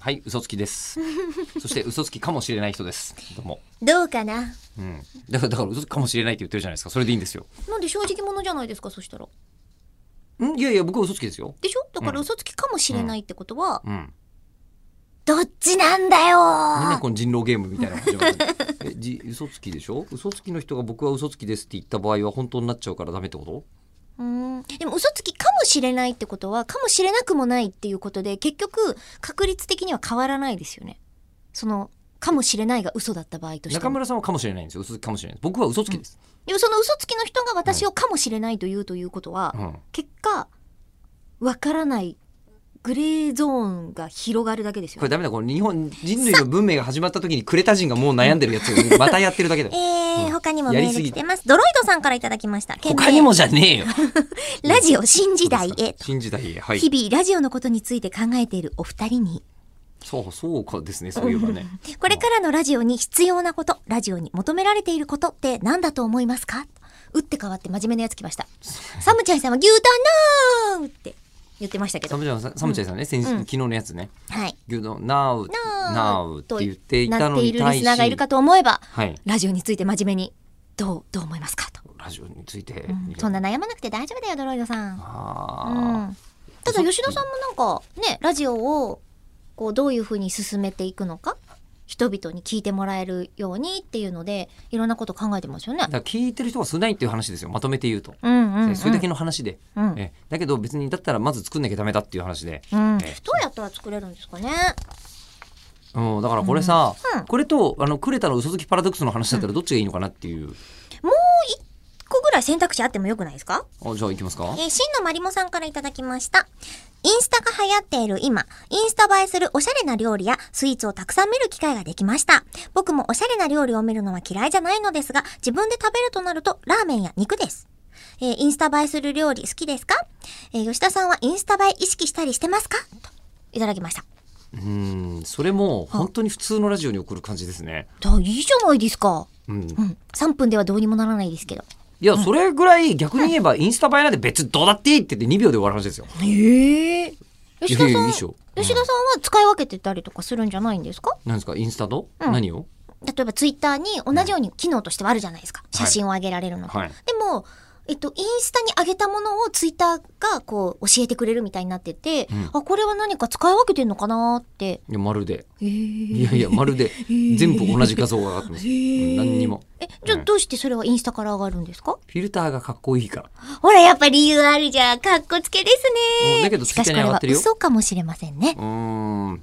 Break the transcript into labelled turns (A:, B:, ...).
A: はい、嘘つきです。そして嘘つきかもしれない人です。どうも。
B: どうかな
A: うん。だから、だから嘘つきかもしれないって言ってるじゃないですか。それでいいんですよ。
B: なんで正直者じゃないですかそしたら
A: んいやいや、僕は嘘つきですよ。
B: でしょだから嘘つきかもしれないってことは、
A: うん。
B: どっちなんだ
A: みんな
B: よ
A: この人狼ゲームみたいなの始まってるえ、じ、嘘つきでしょ嘘つきの人が僕は嘘つきですって言った場合は本当になっちゃうからダメってこと
B: うーんでも嘘つきかもしれないってことはかもしれなくもないっていうことで結局確率的には変わらないですよねそのかもしれないが嘘だった場合として
A: 中
B: も
A: 村さんはかもしれないんですよ。嘘つきかもしれないです。僕は嘘つきです。
B: でもその嘘つきの人が私をかもしれないと言うということは、
A: うん。
B: 結果わからないグレーゾーンが広がるだけですよ
A: これダメだ。この日本人類の文明が始まった時にクレタ人がもう悩んでるやつをまたやってるだけだ
B: え
A: よ。
B: ー他にもメ
A: やり
B: ー
A: す
B: ル
A: ぎ
B: 来
A: て
B: てます。ドロイドさんからいただきました。
A: 他にもじゃねえよ。
B: 件名ラジオ新時代へ。
A: 新時代へ。はい。
B: 日々ラジオのことについて考えているお二人に、
A: そう、そうかですね。そういえばね。
B: これからのラジオに必要なこと、ラジオに求められていることって何だと思いますか打って変わって真面目なやつ来ました。サムチャイさんは牛タンなーって言ってましたけ
A: サ
B: ど。
A: ムチャイさん、サムチャイさんね、先日、
B: うん
A: 昨日のやつね。
B: はい。
A: 牛丼、なう、なうって言っていた
B: なっ
A: の
B: てい
A: に
B: るリ
A: 対
B: スナーがい
A: し
B: る。かと思えば、
A: はい。
B: ラジオについて真面目に、どう、どう思いますかと。
A: ラジオについて。
B: うんそんな悩まなくて大丈夫だよ、ドロイドさん。
A: ああ。
B: ただ吉田さんもなんかねラジオをこうどういうふうに進めていくのか人々に聞いてもらえるようにっていうのでいろんなこと考えてますよね
A: だ。から聞いてる人が少ないっていう話ですよ。まとめて言うと。
B: うんうん、うん、
A: それだけの話で、
B: うん
A: えだけど別にだったらまず作んなきゃダメだっていう話で、
B: うん、どう
A: え
B: やったら作れるんですかね。
A: うん、だからこれさ、
B: うんうん
A: これとあのクレタの嘘つきパラドックスの話だったらどっちがいいのかなっていう、
B: 1個ぐらい選択肢あってもよくないですか
A: あじゃあいきますか
B: えー、真のまりもさんからいただきました。インスタが流行っている今、インスタ映えするおしゃれな料理やスイーツをたくさん見る機会ができました。僕もおしゃれな料理を見るのは嫌いじゃないのですが、自分で食べるとなるとラーメンや肉です。えーインスタ映えする料理好きですかえー吉田さんはインスタ映え意識したりしてますかといただきました。
A: うんそれも本当に普通のラジオに送る感じですね、
B: だいいじゃないですか。
A: うん、い
B: うん。3分ではどうにもならないですけど。
A: やそれぐらい逆に言えばインスタ映えなんて別にどうだっていいって言って2秒で終わる話ですよ
B: ええ吉田
A: いやい
B: さ
A: やい
B: ん、
A: いでし
B: 吉
A: ょ
B: 田さんは使い分けてたりとかするんじゃないんですか
A: 何ですかインスタと、
B: うん
A: 何を
B: 例えばツイッターに同じように機能としてはあるじゃないですか。写真を上げられるの。
A: はい
B: でも、えっと、インスタに上げたものをツイッターがこう教えてくれるみたいになってて、
A: うん
B: あ、これは何か使い分けてんのかなーって。
A: いやまるで
B: え
A: いやいやまるで全部同じ画像が上がってます、うん何にも
B: え、じゃあどうしてそれはインスタから上がるんですか、
A: フィルターがかっこいいから
B: ほら、やっぱ理由あるじゃん。かっこつけです
A: うん
B: ね。
A: だけど
B: しかし
A: ツイッターに
B: これ
A: 上が
B: は
A: ってるよ
B: 嘘かもしれませんね
A: う。ーん